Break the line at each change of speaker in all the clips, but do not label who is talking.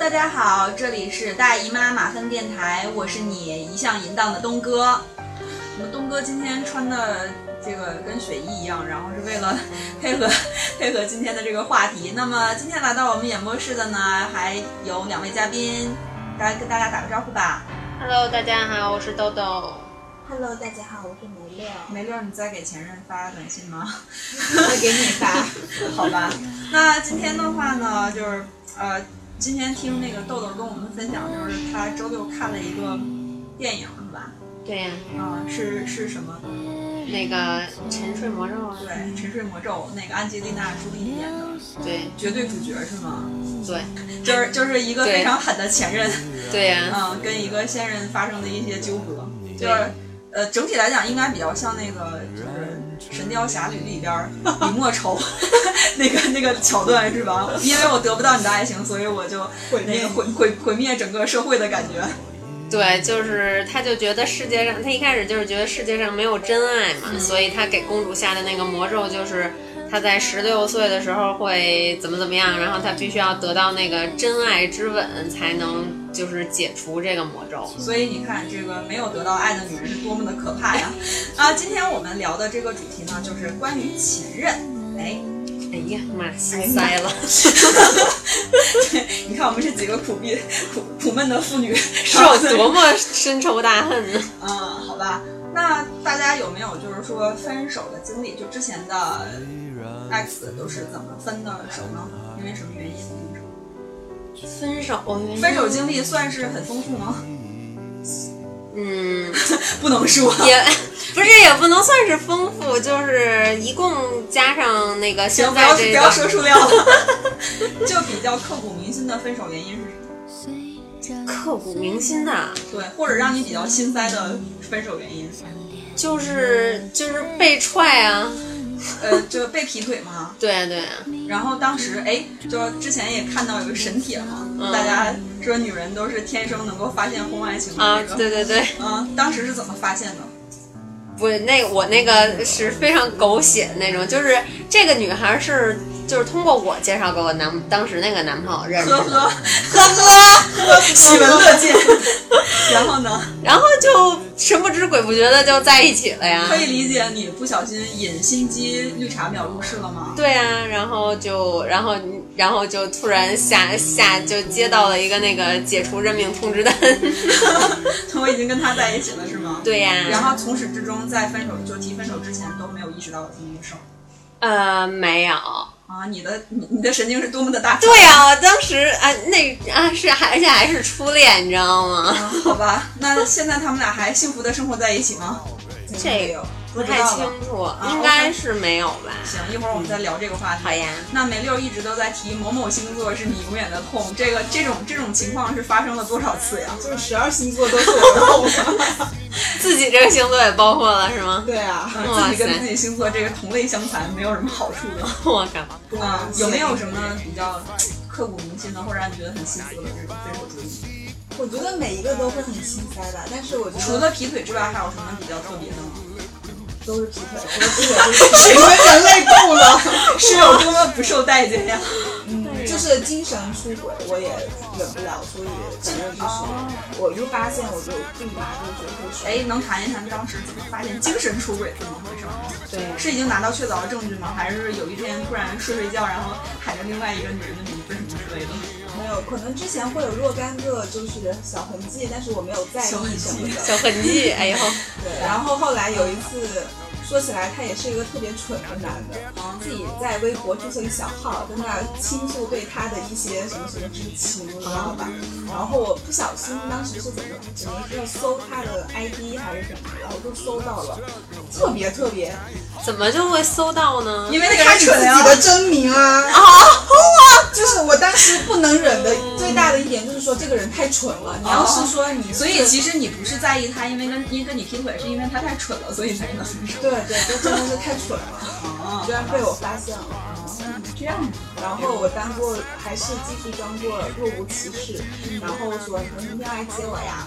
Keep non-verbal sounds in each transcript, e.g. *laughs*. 大家好，这里是大姨妈马粪电台，我是你一向淫荡的东哥。我们东哥今天穿的这个跟雪衣一样，然后是为了配合 *laughs* 配合今天的这个话题。那么今天来到我们演播室的呢，还有两位嘉宾，大家跟大家打个招呼吧。
Hello，大家好，我是豆豆。
Hello，大家好，我是梅六，
梅六，你在给前任发短信吗？
*laughs* 我给你发。
*laughs* 好吧，那今天的话呢，就是呃，今天听那个豆豆跟我们分享，就是他周六看了一个电影，是吧？
对呀、
啊、是是什么？
那个沉睡魔咒啊，
对，《沉睡魔咒》那个安吉丽娜·朱莉演的
对
绝对主角是吗？
对
就是就是一个
对
非常狠的前任，
对呀、
嗯，跟一个现任发生的一些纠葛，就
对
是呃，整体来讲应该比较像那个就是《神雕侠侣》里边儿李莫愁 *laughs* 那个那个桥段是吧？因为我得不到你的爱情，所以我就毁灭毁毁毁灭整个社会的感觉。
对，就是他就觉得世界上，他一开始就是觉得世界上没有真爱嘛，所以他给公主下的那个魔咒就是。他在十六岁的时候会怎么怎么样，然后他必须要得到那个真爱之吻，才能就是解除这个魔咒。
所以你看，这个没有得到爱的女人是多么的可怕呀！啊，今天我们聊的这个主题呢，就是关于前任。哎， *laughs*
哎呀妈，心塞了。 *laughs*
你看我们这几个苦逼、苦苦闷的妇女，
是
受
我多么深仇大恨呢？
嗯，好吧，那大家有没有就是说分手的经历？就之前的 X 都是怎么分的手呢？
嗯
因为什么原因分手？
分手原因，
分手经历算是很丰富吗？ *laughs*
嗯，
不能说。 *laughs*
也不是也不能算是丰富，就是一共加上那个
行，
现
不要
在
不
这
要
个，
说数量
*laughs*
了，就比较刻骨铭心的分手原因是什么？
刻骨铭心的，
对，或者让你比较心塞的分手原因？
就是就是被踹啊，
呃，就被劈腿吗？
对啊对啊，
然后当时哎，就之前也看到有个神帖嘛，
嗯
大家说女人都是天生能够发现婚外情的
啊
这个。
对对对，
嗯，当时是怎么发现的？
*laughs* 不那我那个是非常狗血的那种，就是这个女孩是就是通过我介绍给我男当时那个男朋友认识的，
呵呵，
呵呵，
喜闻乐见。 *laughs* 然后呢，
*laughs* 然后就神不知鬼不觉的就在一起了呀，
可以理解你不小心引心机绿茶婊入室了吗？ *laughs*
对啊，然后就，然后，然后就突然下下就接到了一个那个解除任命通知单。 *laughs*
我已经跟他在一起了是吗？。
对呀、
然后从始至终，在分手就提分手之前都没有意识到我自己的手
呃，没有。
啊！你的你你的神经是多么的大条
对啊，当时啊，那啊是还而且还是初恋，你知道吗？
啊！好吧，那现在他们俩还幸福的生活在一起吗？
这个
不
不
知
太
道
清
了。啊
楚，
，OK
应该是没有吧？
行，一会儿我们再聊这个话题
好。呀，
那梅六一直都在提某某星座是你永远的痛，这个这种这种情况是发生了多少次呀？
就是十二星座都是我的后妈。
自己这个星座也包括了是吗？ *laughs*
对啊，
自己跟自己星座这个同类相残，没有什么好处的。
我靠，
啊，有没有什么比较刻骨铭心的，或者让你觉得很心酸的这种分手经历？
我觉得每一个都会很心塞吧，但是我觉得
除了劈腿之外，还有什么比较特别的吗？
都是劈腿，除了劈腿就是你们人类够了，
是有多么不受待 *laughs* 见呀？
嗯就是精神出轨我也忍不了，所以反正就是我就发现我就立马就觉得说，
哎，能谈一谈当时怎么发现精神出轨是怎么回事吗？
对，
是已经拿到确凿的证据吗？还是有一天突然睡睡觉，然后喊着另外一个女人的名字什么之类的？
没有，可能之前会有若干个就是小痕迹，但是我没有在
小痕
意
迹
什么的。
小痕迹，哎呦，
对，然后后来有一次，说起来他也是一个特别蠢的男的，自己在微博注册一个小号，跟他倾诉对他的一些什么什么之情，你知道吧？然后我不小心当时是怎么怎么要搜他的 ID 还是什么，然后就搜到了，特别特别，
怎么就会搜到呢？
因为那个
他
人
自己的真名啊！啊，就是我当时不能忍的最大的一点就是说这个人太蠢了，你要是说你是，
*laughs* 所以其实你不是在意他，因为跟因为跟你劈腿，是因为他太蠢了，所以才跟他分手。
对对，就真的是太蠢了。
啊
居然被我发现了。
这样子
然后我当过，还是继续装作若无其事，然后说你们明天来接我呀。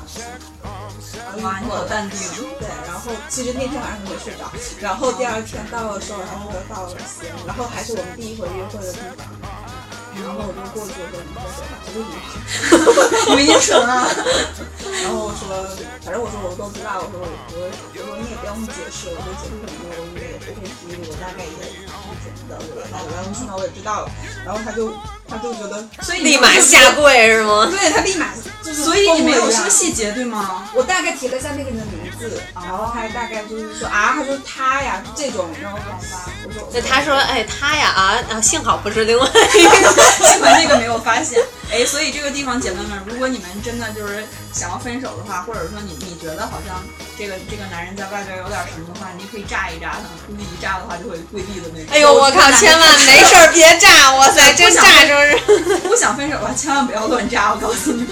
哇，你好淡
淡
定。啊
对，然后其实那天晚上没睡着，然后第二天到了首尔，然后到了西安，然后还是我们第一回约会的地方。然后我就过去我说你在说哪这个语
以
言？
为你蠢
*laughs*
啊！
然后我说，反正我说我都不知道，我说我我我说你也不用解释，我说解释什么我也不会听，我大概也是什么的，我大概听到我也知道了。然后他就他就觉得，
所以你
立马下跪是吗？
对他立马就是，
所以你没有说。细节对
*laughs*
吗？
我大概提了一下那个人的名字，然后
哦
他大概就是说啊，他说他呀这种，然后我说
那他说，哎，他呀啊啊，幸好不是另外一个。
幸亏那个没有发现。哎，所以这个地方，姐妹们，如果你们真的就是想要分手的话，或者说你你觉得好像这个这个男人在外边有点什么的话，你可以炸一炸他，估计一炸的话就会跪地的那种。
哎呦，我靠，千万没事儿别炸！哇 *laughs* 塞，真炸就是。
不想分手啊，千万不要乱扎，我告诉你们。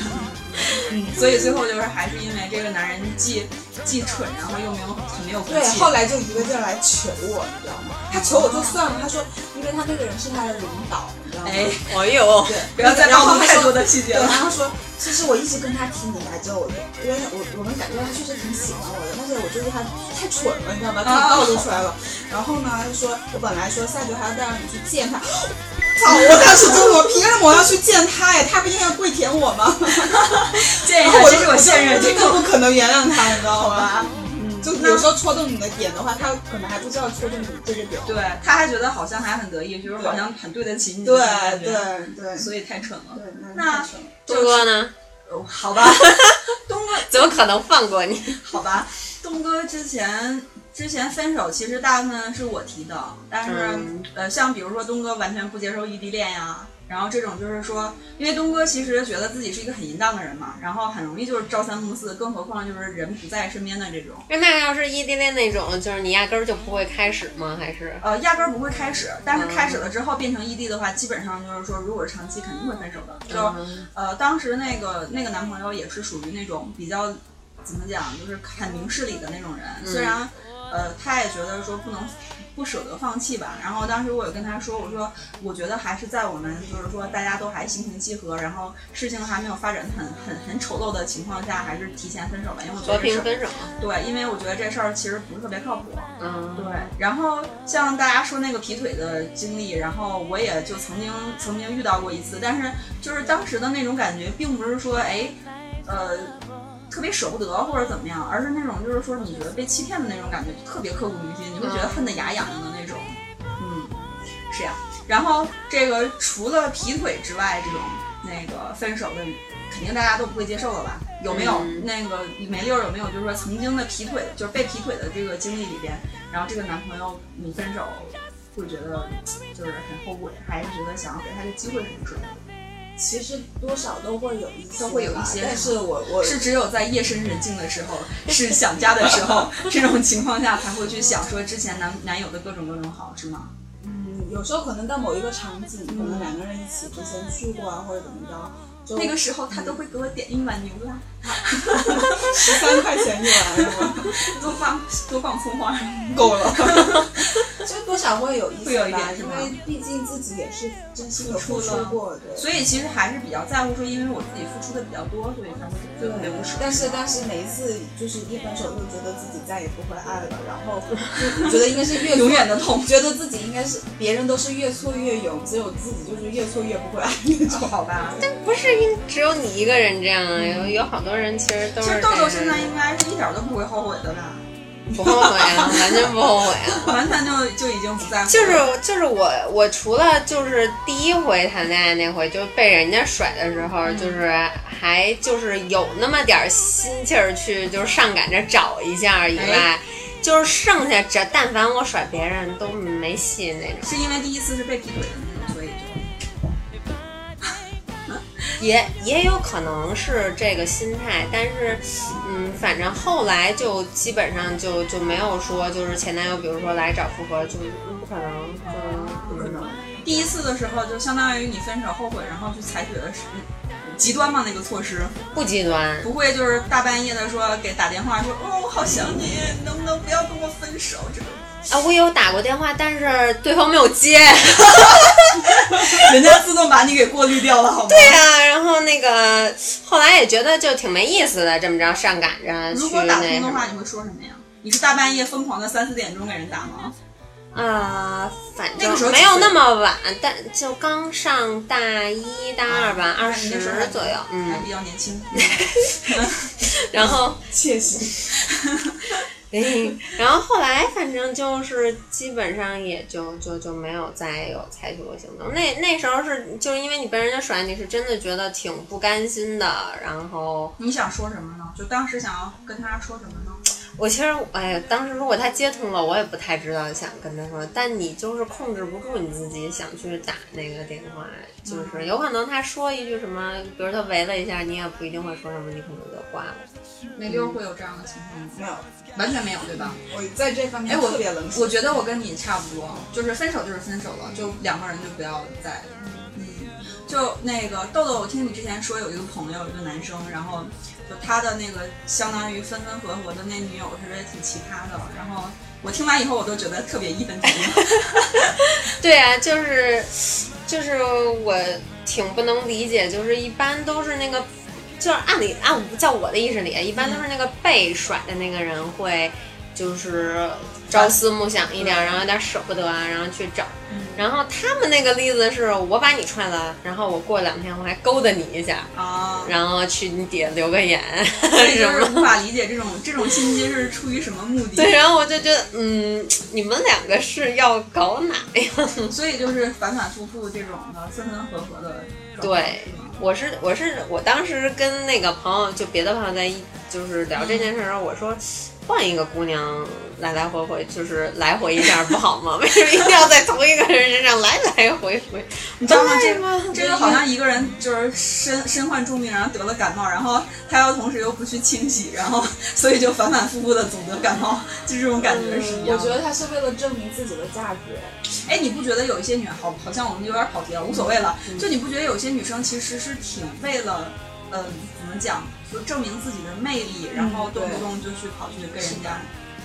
嗯
*laughs* 所以最后就是还是因为这个男人既既蠢，然后又没有很没有骨
对，
气。
后来就一个劲儿来求我，你知道吗？他求我就算了，他说因为他那个人是他的领导，你知道吗？
哎，
*laughs* 哎呦，
对，
不要再
然后
暴
他
露太
说
多的细节
对，然
了。
后说，其实我一直跟他提你来之后，我就因为我我们感觉到他确实挺喜欢我的，但是我觉得他太蠢了，你知道
啊
吧？自己暴露出来了。然后呢，他就说我本来说下周还要带你去见他， *gasps* 操！我当时就我凭什么我要去见他呀？他不应该跪舔我吗？
建议
然
他
后，我
哎这是我现任，这
这
个
个不可能原谅他，你知道
好
吗？
吧？嗯，
就
那
有时候戳中你的点的话，他可能还不知道戳中你这个点。
对，他还觉得好像还很得意，就是好像很对得起你。
对
感觉
对对
所以太蠢了。
对，
那
太蠢了
东哥呢？
哦好 *laughs* 吧，东哥，
怎么可能放过你？
好吧，东哥之前之前分手，其实大部分是我提的，但是、
嗯
呃，像比如说东哥完全不接受异地恋呀，然后这种就是说，因为东哥其实觉得自己是一个很淫荡的人嘛，然后很容易就是朝三暮四，更何况就是人不在身边的这种。
那要是异地恋那种，就是你压根儿就不会开始吗？还是？
呃，压根儿不会开始，但是开始
嗯
了之后变成异地的话，基本上就是说，如果是长期肯定会分手的。就、
嗯
呃，当时那个那个男朋友也是属于那种比较怎么讲，就是很明事理的那种人。
嗯
虽然呃，他也觉得说不能不舍得放弃吧。然后当时我有跟他说，我说我觉得还是在我们就是说大家都还心平气和，然后事情还没有发展得很很很丑陋的情况下，还是提前分手吧，因为我觉
和
得这事
平
儿
分手。
对，因为我觉得这事儿其实不是特别靠谱。对
嗯，，
然后像大家说那个劈腿的经历，然后我也就曾经曾经遇到过一次，但是就是当时的那种感觉，并不是说哎，呃，特别舍不得或者怎么样，而是那种就是说你觉得被欺骗的那种感觉，特别刻骨铭心，你会觉得恨得牙痒痒的那种。嗯，是呀。然后这个除了劈腿之外，这种那个分手的，肯定大家都不会接受了吧？有没有、
嗯
那个梅六有没有就是说曾经的劈腿，就是被劈腿的这个经历里边，然后这个男朋友你分手会觉得就是很后悔，还是觉得想要给他个机会什么之类的？
其实多少都会有一些吧，
都会有一些
但是我我
是只有在夜深人静的时候，是想家的时候， *laughs* 这种情况下才会去想说之前男男友的各种各种好，是吗？
嗯，有时候可能到某一个场景，可能两个人一起之前去过啊，或者怎么着，就
那个时候他都会给我点一碗牛啊蛙，
十三块钱一碗是吗，
多放多放葱花。
够
*laughs*
了。就多少会有一
会有
些
一
吧，
点是
因
吧
为毕竟自己也是真心的
付
付
出
出
了
过的，
所以其实还是比较在乎说，因为我自己付出的比较多，所以才会觉
对
得特别不舍。
但是但是每一次就是一分手就觉得自己再也不会爱了，然
*laughs*
后就觉得应该是越
*laughs* 永远的痛，
觉得自己应该是别人都是越挫越勇，只有自己就是越挫越不会爱
*laughs*
那种。
好吧。
不是应只有你一个人这样啊？有有好多人其实 *laughs* 都
其实
是。
豆豆现在应该是一点儿都不会后悔的
*laughs*
吧，
不后
*laughs*
悔啊，完全不后悔啊。
完全就就已经不在乎了。
就是就是我我除了就是第一回谈恋爱那回，就被人家甩的时候，
嗯
就是还就是有那么点儿心气儿去就是上赶着找一下以外
哎，
就是剩下只但凡我甩别人都没戏那种，
是因为第一次是被劈腿的那种，所以就
也也有可能是这个心态，但是嗯，反正后来就基本上就就没有说就是前男友比如说来找复合就不可能，就
不可能。第一次的时候就相当于你分手后悔，然后去采取的是嗯极端嘛那个措施，
嗯不极端。
不会就是大半夜的说给打电话说哦我好想你，能不能不要跟我分手这种。 *laughs*
啊，我有打过电话，但是对方没有接。对
人家自动把你给过滤掉了，好吗？对
呀、 *laughs* 然后那个后来也觉得就挺没意思的，这么着上赶着去
如果打
那
通
什
的
么
话，你会说什么呀？你是大半夜疯狂的三四点钟给人打吗？
呃，反
那个时候
正
几
没
岁
有那么晚，但就刚上大一、大二吧，二
你
十
那时候还
左右，
还
嗯，
比较年
*laughs*
轻。 *laughs*
然 *laughs* 后
窃喜。
然后后来反正就是基本上也就就就没有再有采取过行动。那那时候是就是因为你被人家甩，你是真的觉得挺不甘心的。然后
你想说什么呢？就当时想要跟他说什么呢？
我其实哎呀，当时如果他接通了，我也不太知道想跟他说。但你就是控制不住你自己想去打那个电话，就是有可能他说一句什么，比如他围了一下，你也不一定会说什么，你可能就挂了。
没溜会有这样的情况吗？
没有，
完全没有，对吧？
我在这方面
哎我
特别冷血。
我觉得我跟你差不多，就是分手就是分手了，就两个人就不要再，嗯，就那个豆豆，我听你之前说有一个朋友，有一个男生，然后就他的那个相当于分分合合的那女友是挺奇葩的，然后我听完以后我都觉得特别一分钟， *laughs*
对啊，就是就是我挺不能理解，就是一般都是那个，就是按理按我在我的意识里，一般都是那个被甩的那个人会就是朝思暮想一点，然后有点舍不得啊，然后去找。然后他们那个例子是我把你踹了，然后我过两天我还勾搭你一下，
*laughs* 啊。
然后去你底下留个言 *laughs*
就
什
是
么。
无法理解这种这种心机是出于什么目的？
对，然后我就觉得，嗯，你们两个是要搞哪呀？
所以就是反反复复这种的分分合合的状态。
对
是吗，
我是我是我当时跟那个朋友，就别的朋友在一就是聊这件事儿的时候，我说换一个姑娘来来回回，就是来回一下不好
*laughs*
吗？为 *laughs* 什么一定要在同一个人身上来来回回？
你知道吗？这
吗？
这就好像一个人就是身身患重病，然后得了感冒，然后他又同时又不去清洗，然后所以就反反复复的总得感冒，就这种感觉是一
嗯我
样
觉
的。
得他是为了证明自己的价值，
哎，你不觉得有一些女好好像我们有点跑题了，无所谓了。就你不觉得有些女生其实是挺为了，嗯、怎么讲，就证明自己的魅力，然后动不动就去跑去跟人家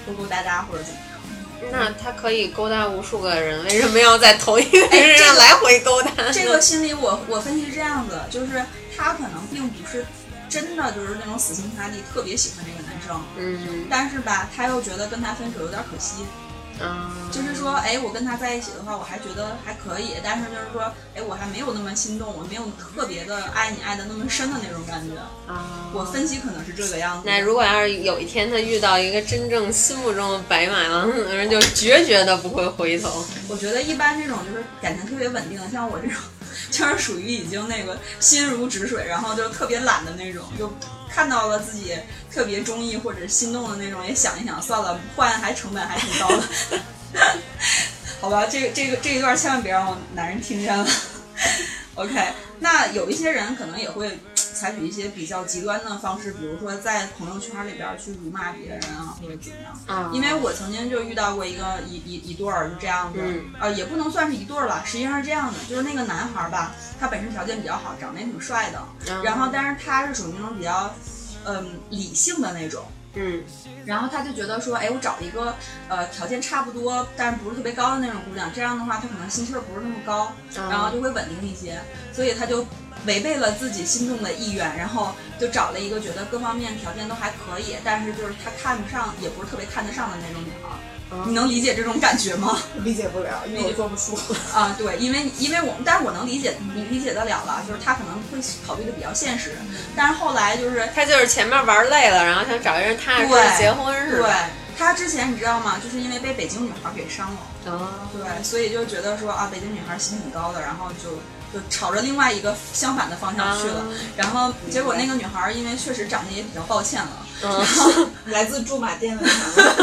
勾勾搭搭或者怎么样。
那他可以勾搭无数个人，为什么要在同一个
哎
人身
这
上
个
来回勾搭呢？
哎这个心理我我分析是这样子，就是她可能并不是真的就是那种死心塌地特别喜欢这个男生。
嗯
但是吧，他又觉得跟他分手有点可惜，
嗯，
就是说，哎，我跟他在一起的话，我还觉得还可以，但是就是说，哎，我还没有那么心动，我没有特别的爱你爱的那么深的那种感觉。
啊
我分析可能是这个样子。
那如果要是有一天他遇到一个真正心目中的白马王子，人就决绝的不会回头。
我觉得一般这种就是感情特别稳定的，像我这种，就是属于已经那个心如止水，然后就特别懒的那种，就看到了自己特别中意或者心动的那种，也想一想算了，换还成本还挺高的。 *laughs* 好吧，这个这个这一段千万别让我男人听见了。OK，那有一些人可能也会采取一些比较极端的方式，比如说在朋友圈里边去辱骂别人啊，或者怎么样。
啊
因为我曾经就遇到过一个一一一对儿，就这样子，
嗯
呃，也不能算是一对儿了，实际上是这样的，就是那个男孩儿吧，他本身条件比较好，长得也挺帅的，
嗯
然后但是他是属于那种比较，嗯，理性的那种，
嗯
然后他就觉得说，哎，我找一个呃条件差不多，但是不是特别高的那种姑娘，这样的话他可能心气儿不是那么高，
嗯
然
哦
后就会稳定一些，所以他就违背了自己心动的意愿，然后就找了一个觉得各方面条件都还可以，但是就是他看不上，也不是特别看得上的那种女孩儿。你能理解这种感觉吗？
理解不了，因为我做不出。
*laughs* 啊，对，因为因为我们，但是我能理解，你理解得了了，就是他可能会考虑的比较现实，但是后来就是
他就是前面玩累了，然后想找一人踏实的结婚是
对
吧？
他之前你知道吗？就是因为被北京女孩给伤了，
哦，
对，所以就觉得说啊，北京女孩心挺高的，然后就就朝着另外一个相反的方向去了。
啊
然后结果那个女孩因为确实长得也比较抱歉 *laughs* 了，
嗯，
*laughs* 来自驻马 *laughs* 店的男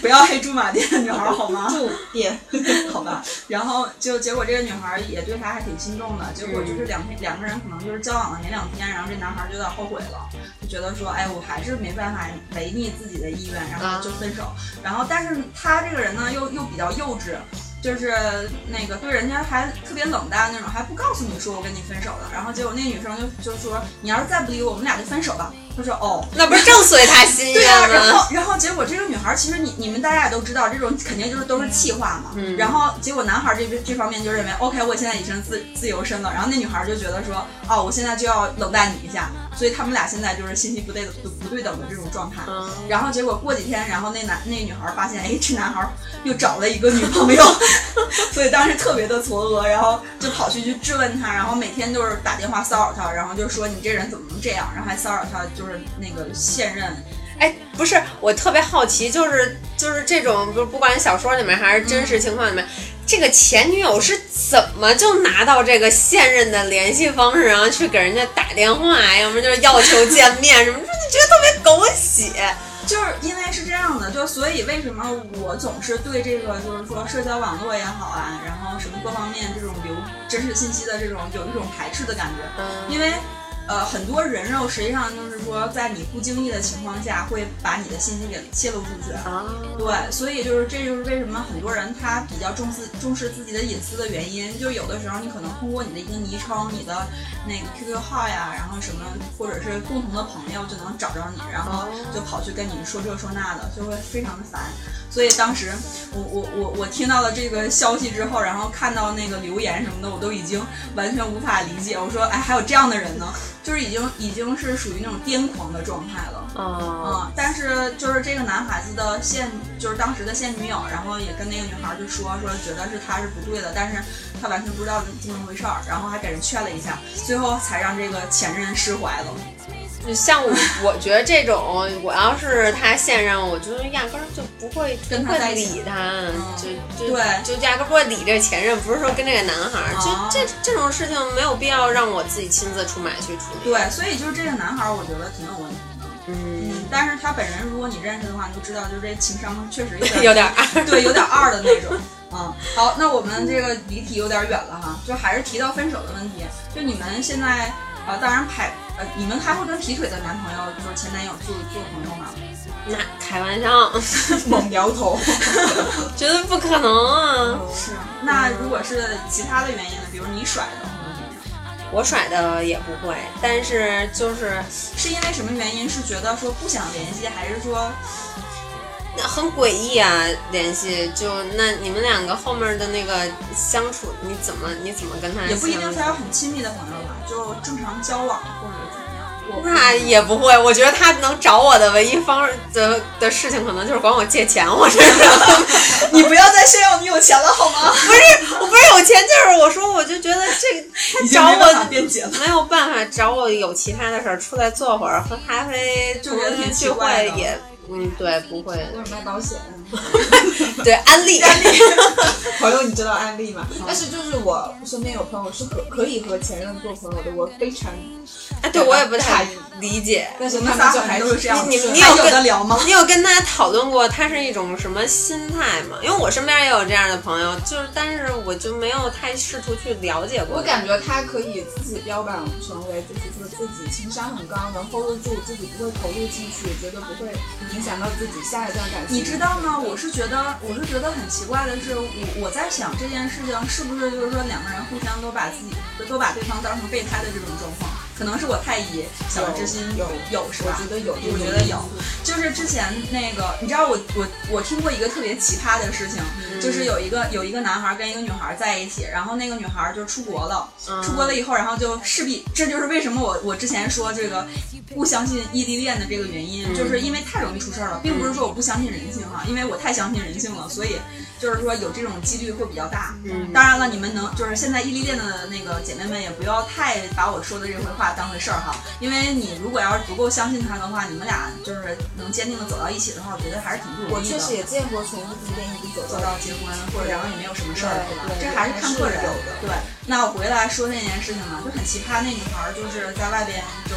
不要黑驻马店的女孩好吗？
驻店， *laughs*
*laughs* 好吧。然后就结果这个女孩也对他还挺心动的，结果就是两天、两个人可能就是交往了没两天，然后这男孩就有点后悔了，就觉得说，哎，我还是没办法违逆自己的意愿，然后就分手。然后但是他这个人呢，又又比较幼稚。就是那个对人家还特别冷淡那种，还不告诉你说我跟你分手了，然后结果那女生就就说你要是再不理我，我们俩就分手吧。他说哦，
*laughs* 那不是正随他心
对呀、
愿
然
吗？
后然后结果这个女孩儿，其实你你们大家也都知道，这种肯定就是都是气话嘛。
嗯
然后结果男孩儿这边这方面就认为，OK，我现在已经自自由身了。然后那女孩儿就觉得说，哦，我现在就要冷淡你一下。所以他们俩现在就是信息不对不不对等的这种状态。
嗯
然后结果过几天，然后那男那女孩发现，哎，这男孩又找了一个女朋友， *laughs* 所以当时特别的错愕，然后就跑去去质问他，然后每天都是打电话骚扰他，然后就说你这人怎么能这样，然后还骚扰他，就是那个现任
哎，不是，我特别好奇，就是就是这种，不不管小说里面还是真实情况里面，这个前女友是怎么就拿到这个现任的联系方式，然后去给人家打电话，要么就是要求见面什么，就觉得特别狗血。
就是因为是这样的，就所以为什么我总是对这个就是说社交网络也好啊，然后什么各方面这种流真实信息的这种有一种排斥的感觉，
嗯
因为呃很多人肉实际上就是说在你不经意的情况下会把你的信息给泄露出去。
啊，
对，所以就是这就是为什么很多人他比较重视重视自己的隐私的原因，就有的时候你可能通过你的一个昵称、你的那个 QQ 号呀，然后什么或者是共同的朋友就能找着你，然后就跑去跟你说这说那的，就会非常的烦。所以当时我我我我听到了这个消息之后，然后看到那个留言什么的，我都已经完全无法理解。我说，哎，还有这样的人呢，就是已经已经是属于那种癫狂的状态了。
哦，
嗯，但是就是这个男孩子的现，就是当时的现女友，然后也跟那个女孩就说说，觉得是他是不对的，但是他完全不知道这么回事儿，然后还给人劝了一下，最后才让这个前任释怀了。
像我，我觉得这种，我要是他现任，我就压根儿就不会
跟
不
他在
会
一起嗯
理他，就就
对
就压根儿不会理这前任，不是说跟这个男孩儿，
啊
就这这种事情没有必要让我自己亲自出马去处理。
对，所以就是这个男孩，我觉得挺有问题的。
嗯，
嗯，
*laughs*
但是他本人，如果你认识的话，你就知道，就是这情商确实有点
有点二。
对，有点二的那种。啊、好，那我们这个离题有点远了哈，就还是提到分手的问题。就你们现在，呃，当然排，呃，你们还会跟劈腿的男朋友，就是前男友做做朋友吗？
*laughs* 那开玩笑，
猛摇头。
绝对不可能啊！
嗯是。那如果是其他的原因呢？比如你甩的，或者怎么样
我甩的也不会，但是就是
是因为什么原因？是觉得说不想联系，还是说
那很诡异啊，联系就那你们两个后面的那个相处，你怎么你怎么跟他
也不一定
相
非
处
要很亲密的朋友吧，就正常交往或者怎么样？我
那也不会，我觉得他能找我的唯一方式的的事情，可能就是管我借钱。我真的
*laughs* 你不要再炫耀你有钱了好吗？
不是，我不是有钱，就是我说，我就觉得这
已
他
经
找
没办法
我
辩解了。
没有办法找我有其他的事儿，出来坐会儿，喝咖啡，
就觉得挺奇
聚
怪
会
的 *laughs*
也，嗯，对，不会，
就是卖保 *laughs* 险。
对，安利，
朋友，你知道案例吗？但是就是我身边有朋友是可可以和前任做朋友的，我非常，
哎，对我也不
*laughs*
太理解。
但是
我
他
们仨
们就
好像
还
都是这样，
你你
还
有
有
跟
的聊吗？
你有跟他讨论过他是一种什么心态吗？因为我身边也有这样的朋友，就是，但是我就没有太试图去了解过。
我感觉他可以自己标榜成为，就是说自己情商很高，能 hold 得住，自己不会投入进去，觉得不会影响到自己下一段感情。
你知道吗？我是觉得，我是觉得很奇怪的是，我我在想这件事情是不是就是说两个人互相都把自己都把对方当成备胎的这种状况，可能是我太以小人之心
有
有是
我
吧
觉？得有，
我觉得有，就是之前那个，你知道我我我听过一个特别奇葩的事情，就是有一个有一个男孩跟一个女孩在一起，然后那个女孩就出国了，
嗯
出国了以后，然后就势必，这就是为什么我我之前说这个不相信异地恋的这个原因，就是
嗯
因为太容易出事儿了，并不是说我不相信人性哈、因为我太相信人性了，所以就是说有这种几率会比较大。
嗯
当然了，你们能就是现在异地恋的那个姐妹们也不要太把我说的这回话当回事儿哈，因为你如果要是足够相信他的话，你们俩就是能坚定的走到一起的话，我觉得还是挺不
我
容易的。
确实也见过从异地恋一直走
走
到
到结婚，或者然后也没有什么事儿，
对
吧？这
对对
还是看个人
还是有的。
对，那我回来说那件事情呢，就很奇葩。那女孩儿就是在外边就，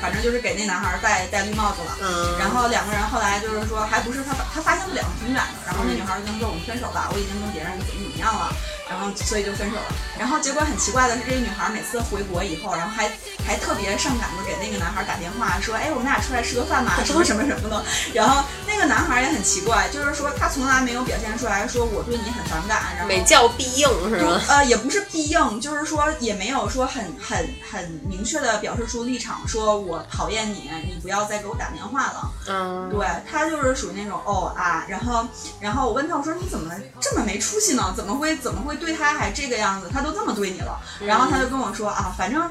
反正就是给那男孩儿戴戴绿帽子了。
嗯，
然后两个人后来就是说，还不是他他发现不了挺远的，然后那女孩儿就跟他说我们分手吧，我已经跟别人怎么怎么样了，然后所以就分手了。然后结果很奇怪的是，这个女孩儿每次回国以后，然后还还特别上赶着给那个男孩儿打电话说，哎，我们俩出来吃个饭吧， *laughs* 什么什么什么的。然后那个男孩儿也很奇怪，就是说他从来没有表现出来说我对你很反感，然后
每教必应是吗？
呃，也不是必应，就是说也没有说很很很明确的表示出立场，说我讨厌你，你不要再给我打电话了。
嗯，
对他就是属于那种哦啊，然后然后我问他我说你怎么这么没出息呢？怎么会怎么会对他还这个样子？他都这么对你了，然后他就跟我说啊，反正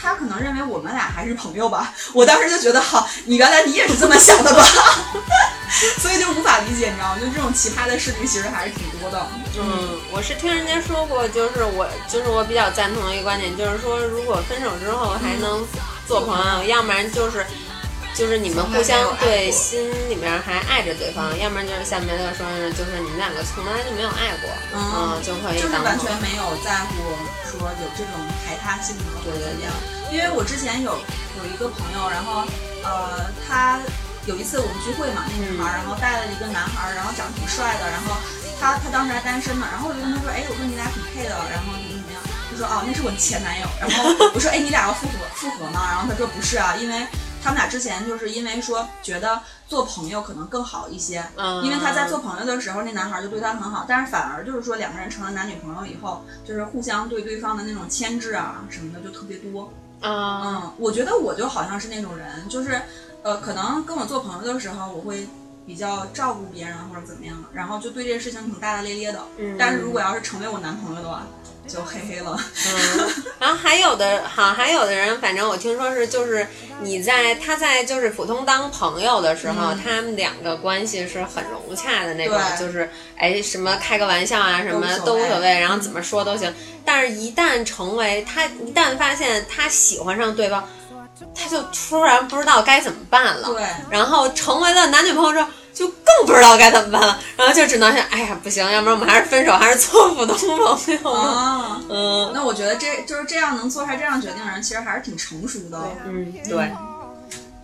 他可能认为我们俩还是朋友吧。我当时就觉得，好，你原来你也是这么想的吧？ *laughs* 所以就无法理解，你知道吗？就这种奇葩的事情其实还是挺多的。
嗯，我是听人家说过，就是我就是我比较赞同的一个观点，就是说如果分手之后还能做朋友，要不然就是就是你们互相对心里面还爱着对方，要不然就是下面这个说的就是你们两个从来就没有爱过，
嗯
嗯，就可以
就是
当
完
朋友
全没有在乎说有这种排他性的或者怎么样。因为我之前有有一个朋友，然后呃，他有一次我们聚会嘛，那女孩儿，然后带了一个男孩儿，然后长得挺帅的，然后他他当时还单身嘛，然后我就跟他说，哎，我说你俩挺配的，然后怎么怎么样。他说哦，那是我前男友。然后我说，哎，你俩要复合复合吗？然后他说不是啊，因为他们俩之前就是因为说觉得做朋友可能更好一些，
嗯
因为他在做朋友的时候，那男孩就对他很好，但是反而就是说两个人成了男女朋友以后，就是互相对对方的那种牵制啊什么的就特别多。
啊，
嗯，我觉得我就好像是那种人，就是呃，可能跟我做朋友的时候，我会比较照顾别人啊或者怎么样，然后就对这事情挺大大咧咧的。
嗯
但是如果要是成为我男朋友的话，就嘿嘿了。
嗯， *laughs* 然后还有的，好，还有的人，反正我听说是，就是你在他在就是普通当朋友的时候，他们两个关系是很融洽的那种，
嗯对
就是哎什么开个玩笑啊，什么
都
都
无所谓嗯
无所谓，然后怎么说都行。但是，一旦成为他，一旦发现他喜欢上对方，他就突然不知道该怎么办了。
对，
然后成为了男女朋友之后，就更不知道该怎么办了，然后就只能想，哎呀，不行，要不然我们还是分手，还是做普通朋友吧。
啊，
嗯，
那我觉得这就是这样能做出来这样决定的人，其实还是挺成熟的。哦
嗯，对，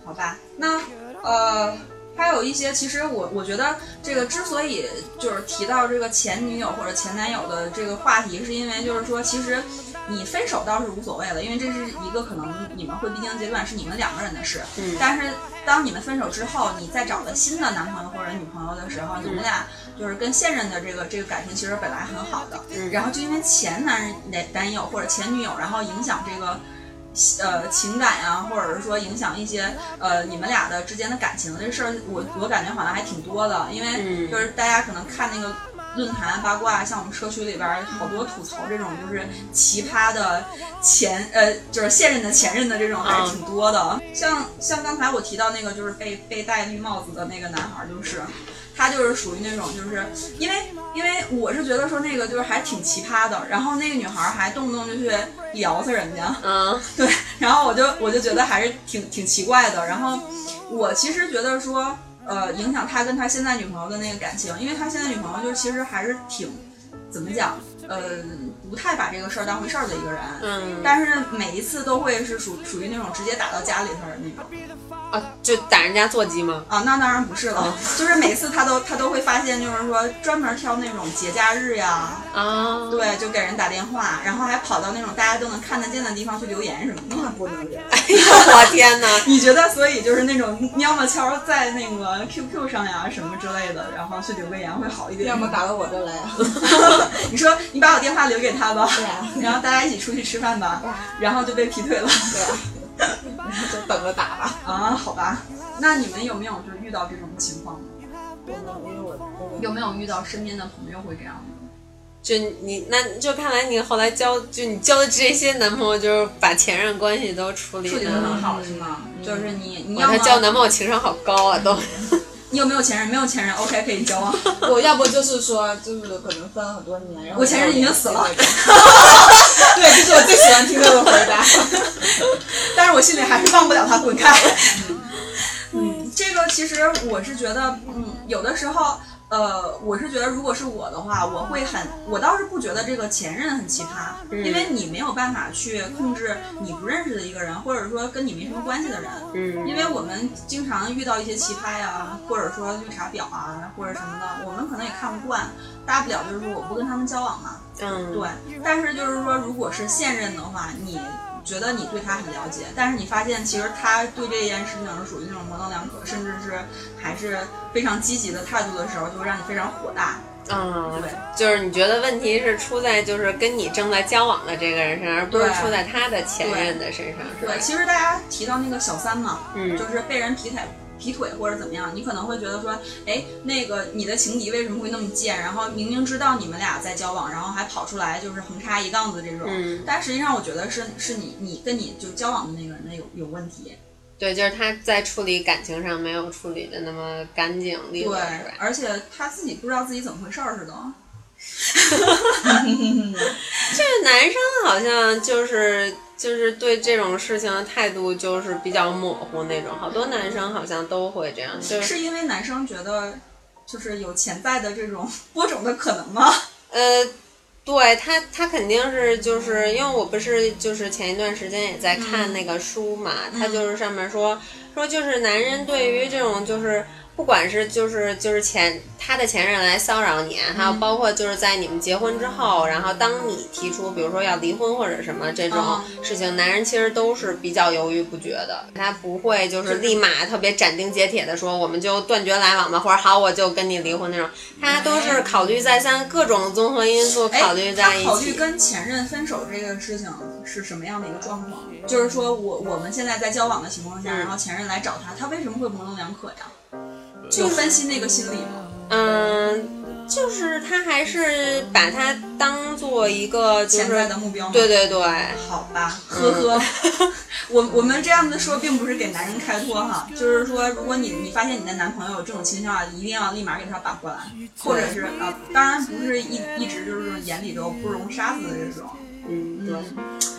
好吧，那呃，还有一些，其实我我觉得这个之所以就是提到这个前女友或者前男友的这个话题，是因为就是说，其实你分手倒是无所谓了，因为这是一个可能你们会必经阶段，是你们两个人的事。
嗯
但是当你们分手之后，你再找了新的男朋友或者女朋友的时候，你们俩就是跟现任的这个这个感情其实本来很好的，
嗯
然后就因为前男人男男友或者前女友，然后影响这个。呃，情感呀、或者是说影响一些呃你们俩的之间的感情这事儿，我我感觉好像还挺多的，因为
嗯
就是大家可能看那个论坛啊八卦，像我们社区里边儿好多吐槽这种就是奇葩的前呃就是现任的前任的这种还是挺多的。像像刚才我提到那个就是被被戴绿帽子的那个男孩，就是他就是属于那种就是因为因为我是觉得说那个就是还挺奇葩的，然后那个女孩还动不动就去撩骚人家。
嗯
对，然后我就我就觉得还是挺挺奇怪的。然后我其实觉得说，呃，影响他跟他现在女朋友的那个感情，因为他现在女朋友就是其实还是挺怎么讲，呃，不太把这个事儿当回事儿的一个人。
嗯，
但是每一次都会是属属于那种直接打到家里头的那种
啊，就打人家座机吗？
啊，那当然不是了，就是每次他都他都会发现，就是说专门挑那种节假日呀，
啊，
对，就给人打电话，然后还跑到那种大家都能看得见的地方去留言什么的。
那不能忍。
哎呦我天哪！
你觉得，所以就是那种喵喵悄在那个 QQ 上呀什么之类的，然后去留个言会好一点。
要么打到我这来啊，
*laughs* 你说你把我电话留给他吧，*laughs*
*laughs* 对啊
然后大家一起出去吃饭吧，然后就被劈腿了 *laughs*
对啊， *laughs* 就等着打吧。
啊？好吧，那你们有没有就是遇到这种情况？
我能，因为我我
有没有遇到身边的朋友会这样吗？
就你，那就看来你后来交，就你交的这些男朋友，就是把前任关系都处理
处理的很
的。
好是吗？
嗯
就是你你
我
要
他交
么
男朋友情商好高啊，都。
你有没有前任？没有前任，OK 可以交往。
我要不就是说，就是可能分了很多年，然后
我前任已经死了
*laughs* 对，这是我最喜欢听到的回答。
但是我心里还是忘不了他，滚开。嗯，这个其实我是觉得，嗯，有的时候，呃，我是觉得，如果是我的话，我会很，我倒是不觉得这个前任很奇葩，因为你没有办法去控制你不认识的一个人，或者说跟你没什么关系的人。
嗯
因为我们经常遇到一些奇葩呀，或者说绿茶婊啊，或者什么的，我们可能也看不惯，大不了就是说我不跟他们交往嘛。
嗯，
对，但是就是说，如果是现任的话，你觉得你对他很了解，但是你发现其实他对这件事情是属于那种模棱两可，甚至是还是非常积极的态度的时候，就会让你非常火大。
嗯，
对，
就是你觉得问题是出在就是跟你正在交往的这个人身上，而不是
对
出在他的前任的身上，是吧
对，？其实大家提到那个小三嘛，
嗯
就是被人劈腿劈腿或者怎么样，你可能会觉得说，哎，那个你的情敌为什么会那么贱？然后明明知道你们俩在交往，然后还跑出来就是横插一杠子这种。
嗯
但实际上，我觉得是是你你跟你就交往的那个人的有有问题。
对，就是他在处理感情上没有处理的那么干净利
对
落，是吧？，
而且他自己不知道自己怎么回事儿似的。
这男生好像就是就是对这种事情的态度就是比较模糊那种，好多男生好像都会这样，就是
是因为男生觉得就是有潜在的这种播种的可能
*laughs*
吗？
呃，对他，他肯定是就是因为我不是就是前一段时间也在看那个书嘛，他就是上面说说就是男人对于这种就是。不管是就是就是前他的前任来骚扰你，啊还有包括就是在你们结婚之后，然后当你提出比如说要离婚或者什么这种
嗯
事情，男人其实都是比较犹豫不决的，他不会就是立马特别斩钉截铁的说我们就断绝来往吧，或者好我就跟你离婚那种，他都是考虑再三，各种综合因素
哎
考虑在一
他
起。
考虑跟前任分手这个事情是什么样的一个状况？就是说我我们现在在交往的情况下，
嗯
然后前任来找他，他为什么会模棱两可呀？有分析那个心理吗？
嗯，就是他还是把它当做一个就
潜在的
是
目标吗？
对对对，
好吧，
嗯
呵呵， *laughs* 我我们这样子说，并不是给男人开脱哈，就是说，如果你你发现你的男朋友有这种倾向，一定要立马给他扳回来，或者是啊、当然不是一一直就是这种眼里头不容杀死的这种，
嗯对。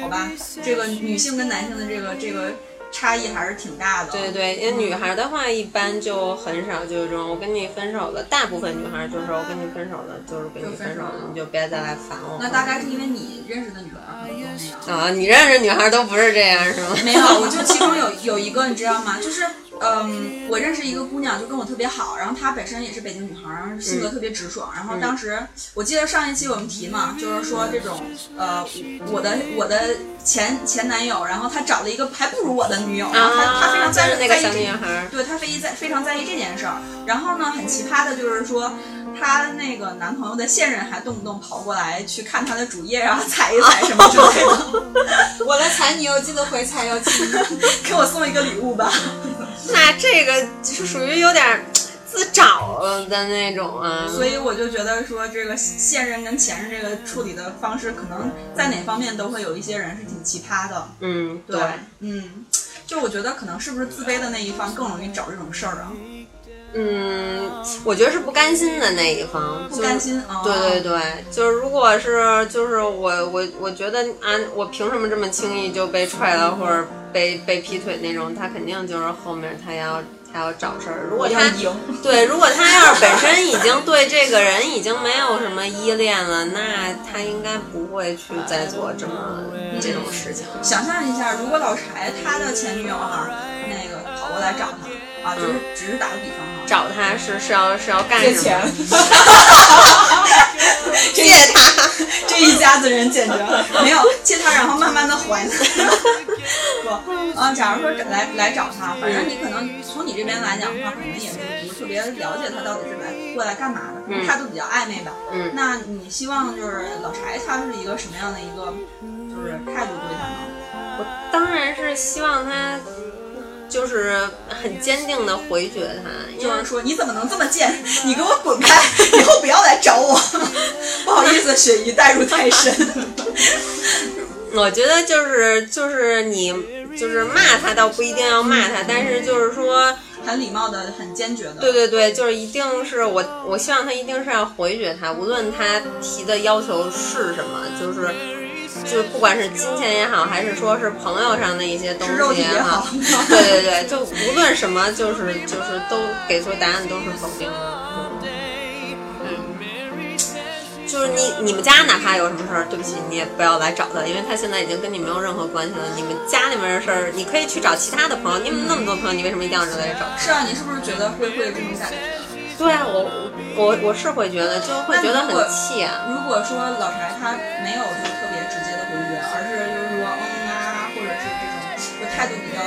好吧，这个女性跟男性的这个这个差异还是挺大的，
对对，因为女孩的话一般就很少就是这种，我跟你分手了。大部分女孩就是我跟你分手了，就是跟你分手了，你就别再来烦我。
那大概是因为你认识的女孩可能都那样。
啊，你认识女孩都不是这样是吗？
没有，我就其中有 *laughs* 有一个，你知道吗？就是，嗯，我认识一个姑娘，就跟我特别好，然后她本身也是北京女孩，然后性格特别直
嗯
爽。然后当时我记得上一期我们提嘛，就是说这种，呃，我的我的前前男友，然后他找了一个还不如我的女友，然后他、他非常
啊，就
在
是
意
那个
在意
小
这
女孩，
对她非在非常在意这件事儿。然后呢，很奇葩的就是说，她那个男朋友的现任还动不动跑过来去看她的主页，然后踩一踩什么之类的，
*laughs*
*laughs* 我来踩你又记得回踩又记得。
给我送一个礼物吧。
那这个就是属于有点儿自找的那种啊。
所以我就觉得说，这个现任跟前任这个处理的方式，可能在哪方面都会有一些人是挺奇葩的。
嗯，
对，嗯，就我觉得可能是不是自卑的那一方更容易找这种事儿啊？
嗯，我觉得是不甘心的那一方，
不甘。心啊？
对对对，就是如果是就是我我我觉得啊，我凭什么这么轻易就被踹了或者被被劈腿那种？他肯定就是后面他要他要找事儿。如果
我
他
要赢，
对，如果他要是本身已经对这个人已经没有什么依恋了，那他应该不会去再做这么这种事情。
想象一下，如果老柴他的前女友哈、那个跑过来找他啊，就是、只是打个比方哈、
找他是是要是要干
借
什
钱
么？，借他。
这一家子人简直没有借他，然后慢慢的还 *laughs* 他。不，啊，假如说来来找他，反正你可能从你这边来讲的话，可能也是不是特别了解他到底是来过来干嘛的，可能
嗯
态度比较暧昧吧。
嗯
那你希望就是老柴他是一个什么样的一个就是态度对他呢？
我当然是希望他就是很坚定的回绝他，因
就
为
是说你怎么能这么贱？你给我滚开，以后不要来找我。 *laughs* 不好意思，雪姨代入太深。 *laughs*
我觉得就是就是你就是骂他倒不一定要骂他，但是就是说。
很礼貌的，很坚决的。
对对对，就是一定是我，我希望他一定是要回绝他，无论他提的要求是什么，就是就不管是金钱也好，还是说是朋友上的一些东
吃肉
西
体也
好
好， *laughs*
对对对，就无论什么，就是就是都给出答案都是否定的。嗯，就是你你们家哪怕有什么事儿，对不起，你也不要来找他，因为他现在已经跟你没有任何关系了。你们家里面的事儿，你可以去找其他的朋友。你们那么多朋友，你为什么一定要来找他？
是啊，你是不是觉得会会有这种感觉？
对啊，我我我是会觉得，就会觉得很气啊。
如果说老柴他没有就是特别直接的回绝，而是就是说嗯啊，或者是这种就态度比较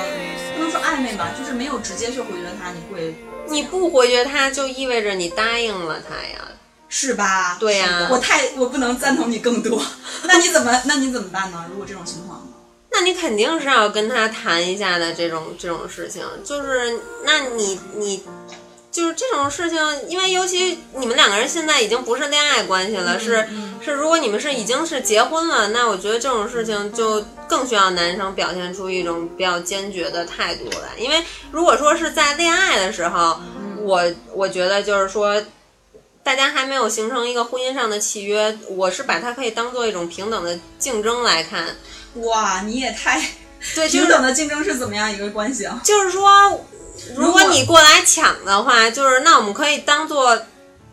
不能说暧昧吧，就是没有直接去回绝他，你会
你不回绝他，就意味着你答应了他呀。
是吧？
对呀
*laughs* 我太我不能赞同你更多，那你怎么那你怎么办呢？如果这种情况，
那那你肯定是要跟他谈一下的这种这种事情，就是那你你。就是这种事情，因为尤其你们两个人现在已经不是恋爱关系了，是是，如果你们是已经是结婚了，那我觉得这种事情就更需要男生表现出一种比较坚决的态度来。因为如果说是在恋爱的时候，我我觉得就是说，大家还没有形成一个婚姻上的契约，我是把它可以当做一种平等的竞争来看。
哇，你也太 *laughs*
对，就
平
是
等的竞争是怎么样一个关系啊？
就是说，如
如
果
果
你过来抢的话，就是那我们可以当做，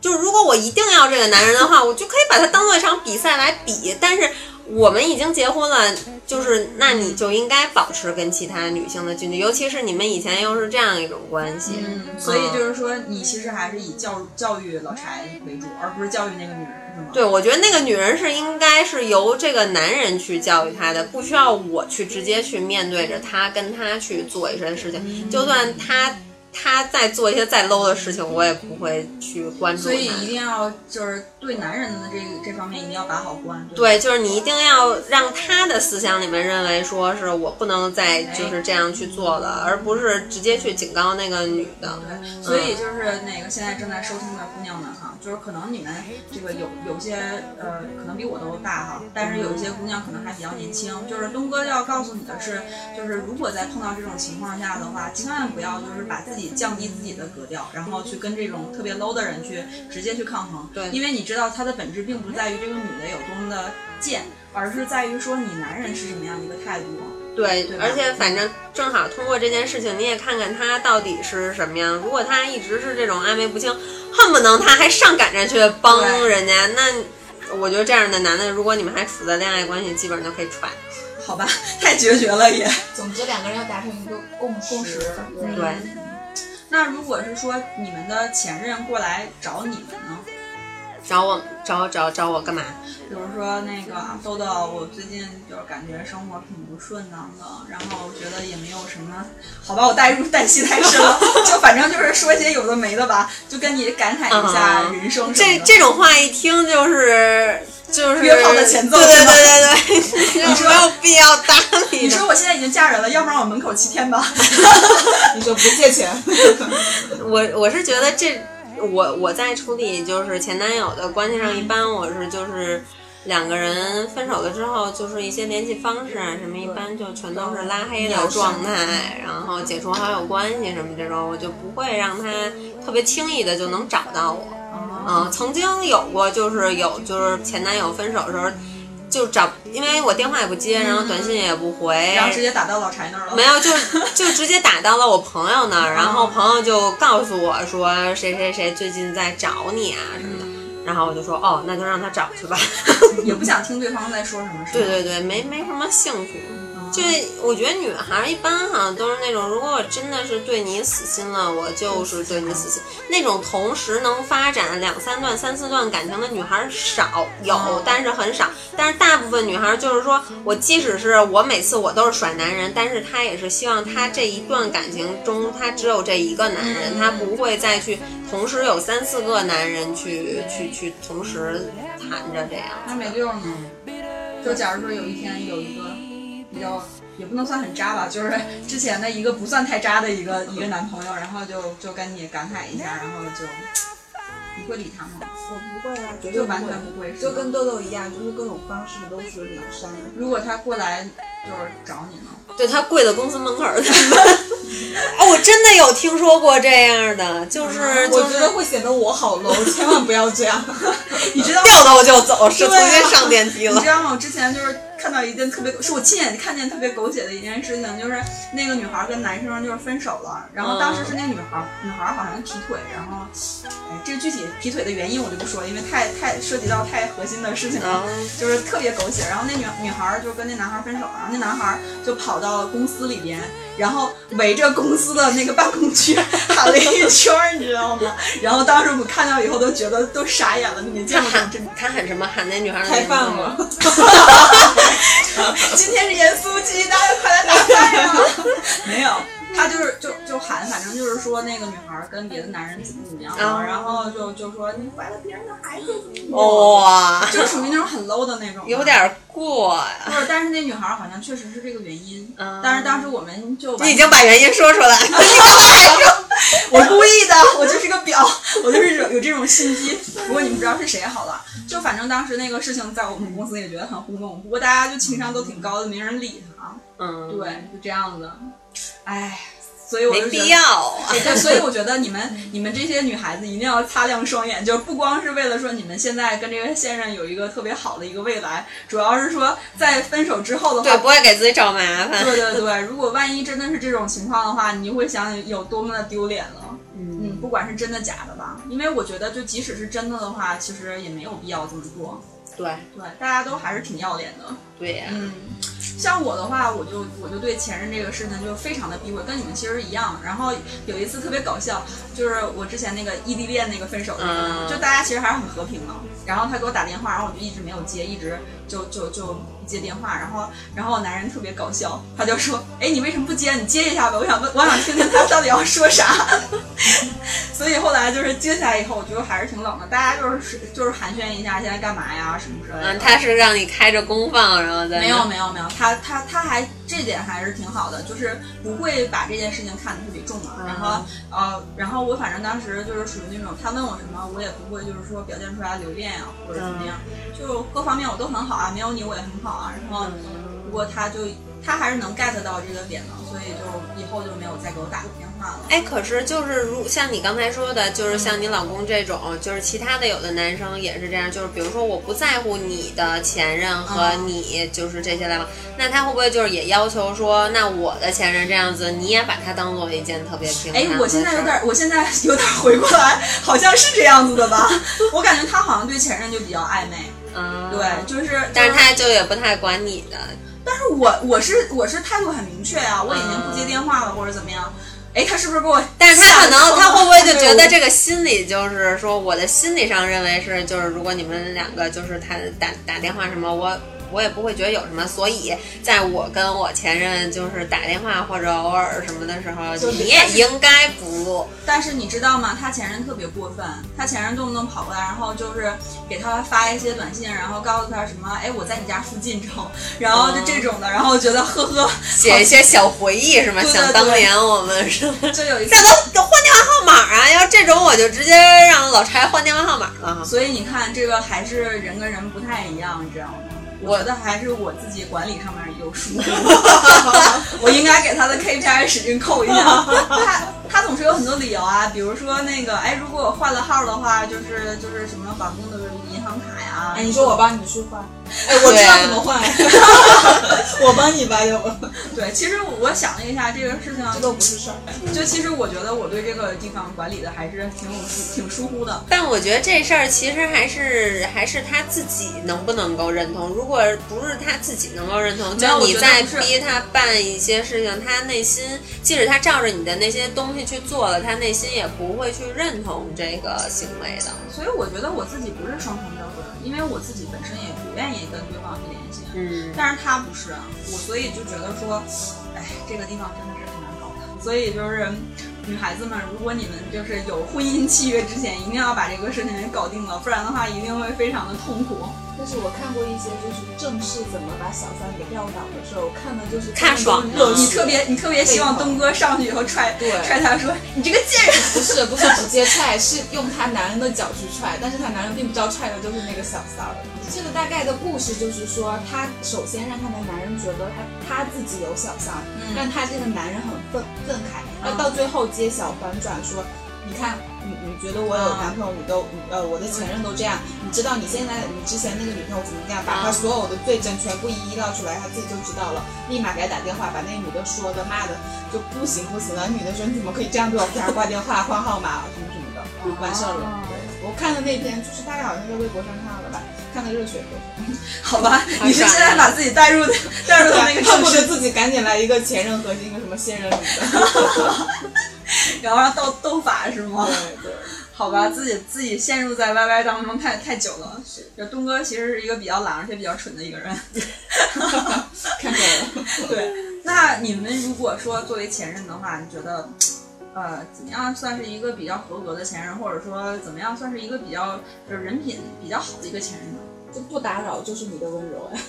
就是如果我一定要这个男人的
*laughs*
话，我就可以把它当做一场比赛来比。但是我们已经结婚了，就是那你就应该保持跟其他女性的距离，尤其是你们以前又是这样一种关系，
嗯，所以就是说，你其实还是以教教育老柴为主，而不是教育那个女人，是吗？
对，我觉得那个女人是应该是由这个男人去教育她的，不需要我去直接去面对着她，跟她去做一些
嗯
事情。就算她她再做一些再 low 的事情，我也不会去关注
所以一
她。
定要就是对男人的这个这方面一定要把好关。吧，
对，就是你一定要让她的思想里面认为说是我不能再就是这样去做了，而不是直接去警告那个女的。
对，所以就是那个现在正在收听的姑娘们哈，就是可能你们这个有有些呃，可能比我都大哈，但是有一些姑娘可能还比较年轻。就是东哥要告诉你的是，就是如果在碰到这种情况下的话，千万不要就是把自己降低自己的格调，然后去跟这种特别 low 的人去直接去抗衡。
对
因为你知道它的本质并不在于这个女的有多么的贱，而是在于说你男人是什么样的一个态度。
对，
对吧
而且反正正好通过这件事情，你也看看他到底是什么样。如果他一直是这种暧昧不清，恨不能他还上赶着去帮
对
人家，那我觉得这样的男的，如果你们还处在恋爱关系，基本上就可以踹。
好吧， *laughs* 太决绝了也。
总之两个人要达成一个共
共识
嗯
对
对，
那如果是说你们的前任过来找你们呢？
找我找找找我干嘛？
比如说那个啊豆豆，我最近就是感觉生活挺不顺当的，然后我觉得也没有什么，好吧，我代入代戏太深了， *laughs* 就反正就是说一些有的没的吧，就跟你感慨一下
嗯
人生什么
这
的。
这种话一听就是就是
约炮的前奏
对对
是吧
对对对，你
*laughs*
没有必要搭理
你
的
说我现在已经嫁人了，要不然我门口七天吧。
你说不借钱，
我我是觉得这，我我在处理就是前男友的关系上，一般我是就是两个人分手了之后，就是一些联系方式啊什么，一般就全都是拉黑的状态，然后解除好友关系什么这种，我就不会让他特别轻易的就能找到我。嗯，曾经有过，就是有就是前男友分手的时候，就找，因为我电话也不接，然后短信也不
*laughs*
回，
然后直接打到老柴那儿了。
*laughs* 没有，就就直接打到了我朋友那儿，然后朋友就告诉我说谁谁谁最近在找你啊什么的，然后我就说哦，那就让他找去吧。 *laughs*
也不想听对方在说什么。是吧
对对对，没没什么兴趣。
嗯
就我觉得女孩儿一般好像都是那种，如果我真的是对你死心了，我就是对你死心。那种同时能发展两三段、三四段感情的女孩儿少有，但是很少。但是大部分女孩儿就是说，我即使是我每次我都是甩男人，但是她也是希望她这一段感情中，她只有这一个男人，她不会再去同时有三四个男人去去去同时谈着这样。
那美六呢？就假如说有一天有一个比较，也不能算很渣吧，就是 *laughs* 之前的一个不算太渣的一个一个男朋友，然后就就跟你感慨一下，然后就你会理他吗？
*laughs* 我不会啊，绝对
就
不
完
会
全。不会，
就是
吗
跟豆豆一样，就是各种方式都是秒删。
如果他过来就是找你呢？
对他跪在公司门口儿， *laughs* 哦，我真的有听说过这样的，就是
我
就
觉
是
得会显得我好
*laughs*
low，千万不要这样。
你知道
掉头就走，是
对
直
啊
接上电梯
你
了
知。道吗？我之前就是看到一件特别，是我亲眼看见特别狗血的一件事情，就是那个女孩跟男生就是分手了，然后当时是
嗯
那女孩，女孩好像劈腿，然后，哎，这个具体劈腿的原因我就不说了，因为太太涉及到太核心的事情了，
嗯
就是特别狗血。然后那女女孩就跟那男孩分手了，然后那男孩就跑到公司里边，然后围着公司的那个办公区喊了一圈儿，你知道吗？然后当时我们看到以后都觉得都傻眼了，你没见
他
过
*laughs*
这种
喊
真
他喊什么？喊那女孩儿的
开
名字
饭
吗
了？
*laughs* 今天是盐酥鸡，大家快来打饭呀！没有，他就是就就喊，反正就是说那个女孩儿跟别的男人怎么怎么样了，
啊
然后就就说你怀了别人的孩子怎么怎么样，
哇，
就属于那种很 low 的那种，
有。点过呀。
不是，但是那女孩儿好像确实是这个原因，
嗯
但是当时我们就完
*laughs* 你已经把原因说出来了， *laughs*
我故意的，我就是个婊，我就是有有这种心机。不过你们知道是谁好了，就反正当时那个事情在我们公司也觉得很轰动，不过大家就情商都挺高的，没人理他。
嗯，
对，就这样子。哎，所以我
没
就觉
必
得。
要啊。
对，所以我觉得你们你们这些女孩子一定要擦亮双眼，就是不光是为了说你们现在跟这个现任有一个特别好的一个未来，主要是说在分手之后的
对，
话，
不会给自己找麻烦。
对对对，如果万一真的是这种情况的话，你就会想有多么的丢脸了。嗯，不管是真的假的吧，因为我觉得就即使是真的的话，其实也没有必要这么做。
对
对，大家都还是挺要脸的。
对呀，
嗯，像我的话，我就我就对前任这个事情就非常的避讳，跟你们其实一样。然后有一次特别搞笑，就是我之前那个异地恋那个分手那个，
嗯
就大家其实还是很和平的。然后他给我打电话，然后我就一直没有接，一直就就就不接电话。然后然后男人特别搞笑，他就说：“哎，你为什么不接？你接一下吧，我想问，我想听听他到底要说啥。”所以后来就是接下来以后，我觉得还是挺冷的，大家就是就是寒暄一下现在干嘛呀什么之类的。
嗯，他是让你开着公放，然后再
没有没有没有，他他他还这点还是挺好的，就是不会把这件事情看得特别重嘛。
嗯
然后呃，然后我反正当时就是属于那种他问我什么，我也不会就是说表现出来留恋啊或者怎么样，
嗯
就各方面我都很好啊，没有你我也很好啊。然后
嗯
不过他就他还是能 get 到这个点的，所以就以后就没有再给我打过电话了。
哎，可是就是如像你刚才说的，就是
嗯
像你老公这种，就是其他的有的男生也是这样，就是比如说我不在乎你的前任和
嗯
你就是这些来往，那他会不会就是也要求说，那我的前任这样子，你也把他当做一件特别平
哎
常的事儿？，
我现在有点，我现在 *laughs* 有点回过来，好像是这样子的吧？我感觉他好像对前任就比较暧昧，
啊，
对，就是，
但是
就
他就也不太管你的，
我我是我是态度很明确
嗯
啊，我已经不接电话了或者怎么样。哎，他是不是给我？
但是他可能他会不会就觉得
这？
这个心理就是说，我的心理上认为是就是如果你们两个就是他打打电话什么，我我也不会觉得有什么，所以在我跟我前任就是打电话或者偶尔什么的时候，
就是
你也应该不录，
但是你知道吗？他前任特别过分，他前任动不动跑过来，然后就是给他发一些短信，然后告诉他什么，哎，我在你家附近这种，然后就这种的，然后觉得呵呵，
写一些小回忆是吗？
对对
想当年我们是吗。 *laughs*
就有一次
这。都都换电话号码啊！要这种我就直接让老柴换电话号码了。
所以你看，这个还是人跟人不太一样，你知道吗？我觉得还是我自己管理上面有疏忽，我应该给他的 KPI 使劲扣一下。他他总是有很多理由啊，比如说那个，哎，如果我换了号的话，就是就是什么绑定的银行卡呀、
哎，你说我帮你去换，哎，
我
我
知
知
道
道
怎
怎
么 *laughs*
么换，我帮你吧，要不
对，其实我想了一下这个事情啊，
这都不是事儿。
就其实我觉得我对这个地方管理的还是挺有疏挺疏忽的。
但我觉得这事儿其实还是还是他自己能不能够认同。如果不是他自己能够认同，
没
就
有
你在
我觉得不是
逼他办一些事情，他内心即使他照着你的那些东西去做了，他内心也不会去认同这个行为的。
所以我觉得我自己不是双重标准，因为我自己本身也不愿意跟对方去联系。啊
嗯，
但是他不是，啊我所以就觉得说，哎，这个地方真的是很难搞的。所以就是女孩子们，如果你们就是有婚姻契约之前，一定要把这个事情给搞定了，不然的话一定会非常的痛苦。
但是我看过一些就是正式怎么把小三给撂倒的时候，我看的就是
看爽啊的
热
你
血
特
*laughs*
别你特别希望东哥上去以后踹
对
踹他说你这个贱人，
不是不是直接踹，是用她男人的脚去踹，但是她男人并不知道踹的就是那个小三儿。这个大概的故事就是说，她首先让她的男人觉得她她自己有小三儿，
嗯
让她这个男人很愤愤慨，那
嗯
到最后揭晓反转说，你看你你觉得我有男朋友，你都你呃我的前任都这样，你知道你现在你之前那个女朋友怎么样，把
嗯
她所有的罪证全部一一撂出来，她自己就知道了，立马给她打电话，把那个女的说的骂的就不行不行了，女的说你怎么可以这样对我，给她挂电话换号码什么什么的，就完事儿了
哦。
对，我看的那篇就是大概好像在微博上看了吧，看的热血沸腾，
好吧，
好
你是
爽
现在把自己带入带入到那个城
恨不得
市，
自己赶紧来一个前任和一个什么现任什么的。
然后让斗斗法是吗？
对对。
好吧，自己自己陷入在 YY 当中太太久了。就东哥其实是一个比较懒而且比较蠢的一个人。
*laughs* 看出来了。
对，那你们如果说作为前任的话，你觉得，呃，怎么样算是一个比较合格的前任，或者说怎么样算是一个比较就是人品比较好的一个前任呢？
就不打扰就是你的温柔。哎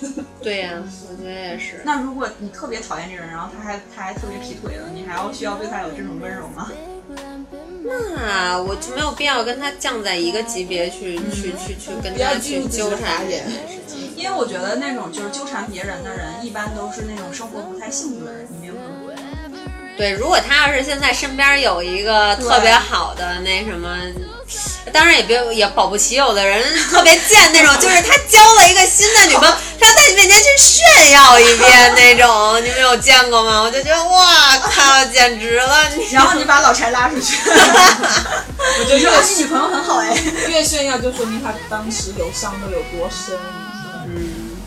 对呀、我觉得也是。
那如果你特别讨厌这个人，然后他还他还特别劈腿了，你还要需要对他有这种温柔吗？
那我就没有必要跟他降在一个级别去、去去去跟
不要
他
进入
去
自己的
纠缠
法
这
眼
件事情。
因为我觉得那种就是纠缠别人的人，一般都是那种生活不太幸福的人，你 *laughs* 明白吗？
对，如果他要是现在身边有一个特别好的那什么。当然也别也保不齐，有的人特别贱那种，就是他交了一个新的女朋友，他要在你面前去炫耀一遍那种，你们有见过吗？我就觉得哇靠，简直了！你
然后你把老柴拉出去，我觉得你女朋友很好哎。
*laughs* 越炫耀就说明他当时有伤的有多深。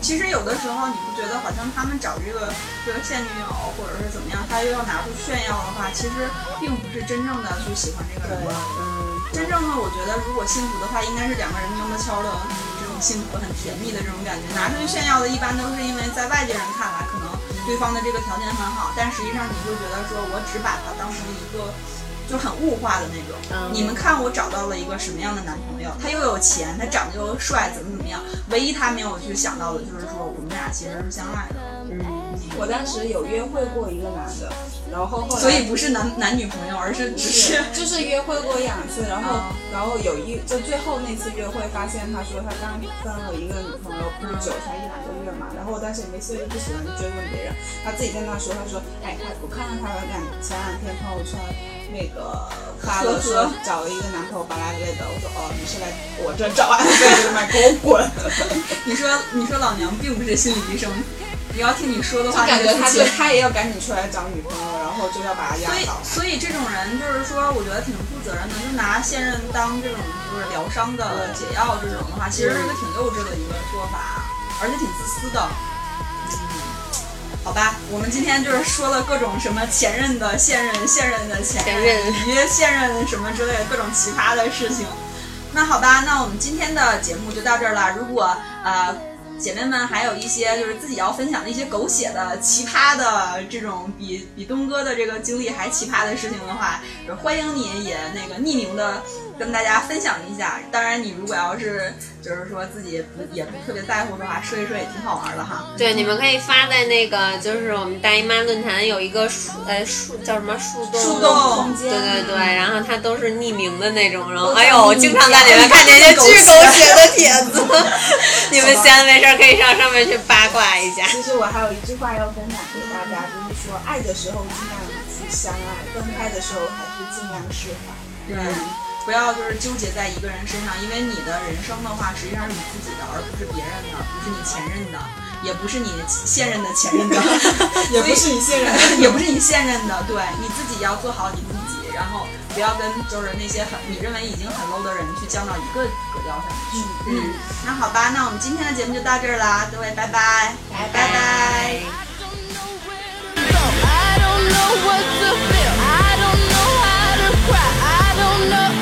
其实有的时候，你不觉得好像他们找这个这个现女友，或者是怎么样，他又要拿出炫耀的话，其实并不是真正的去喜欢这个人。真正的，我觉得如果幸福的话，应该是两个人明的敲的这种幸福，很甜蜜的这种感觉。拿出去炫耀的，一般都是因为在外界人看来，可能对方的这个条件很好，但实际上你会觉得说我只把他当成一个。就很物化的那种，
嗯
你们看我找到了一个什么样的男朋友？他又有钱，他长得又帅，怎么怎么样？唯一他没有去想到的就是说，我们俩其实是相爱的，
我当时有约会过一个男的，然后后来
所以不是男男女朋友，而是只是
是 *laughs* 就是约会过一两次，然
啊
后、然后有一就最后那次约会，发现他说他刚跟我一个女朋友不久，才一两个月嘛，然后我当时也没所以不喜欢追问别人，他自己在那说，他说哎他我看到他两前两天朋友圈那个发
呵
了说
呵
找了一个男朋友巴拉之类的，我说哦你是来我这 *laughs* 找啊安慰的吗？给我滚！
*laughs* 你说你说老娘并不是心理医生，你要听你说的话，
我感觉他
*laughs* 就
就他也要赶紧出来找女朋友，然后就要把他压
所以
倒。
所以这种人就是说，我觉得挺负责任的，就拿现任当这种就是疗伤的解药这种的话，其实是一个挺幼稚的一个做法，而且挺自私的。好吧，我们今天就是说了各种什么前任的、现任、现任的前
前
任，
任
以及现任什么之类的各种奇葩的事情。那好吧，那我们今天的节目就到这儿了。如果呃姐妹们还有一些就是自己要分享的一些狗血的、奇葩的这种比比东哥的这个经历还奇葩的事情的话，就是欢迎你也那个匿名的跟大家分享一下。当然，你如果要是就是说自己不也不特别在乎的话，说一说也挺好玩的哈。
对，你们可以发在那个，就是我们大姨妈论坛有一个树，呃，树叫什么树洞？
树洞
对对对，然后它都是匿名的那种，然
都
后哎
是
呦，
匿
我
名
经常在里面看见一些巨狗血的帖子， *laughs* 你们闲的没事儿可以上上面去八卦一下。
其实我还有一句话要分享给大家，就是说爱的时候尽量去相爱，分开的时候还是尽量释怀。
对，不要就是纠结在一个人身上，因为你的人生的话，实际上是你自己的，而不是别人的，不是你前任的，也不是你现任的前任的， *laughs*
也不是你现任的，
也不是你现任的，对你自己要做好你自己，然后不要跟就是那些很你认为已经很 low 的人去降到一个格调上去。嗯，那好吧，那我们今天的节目就到这儿啦，各位拜拜，拜拜拜。
I don't know oh, what to feel. I don't know how to cry. I don't know oh,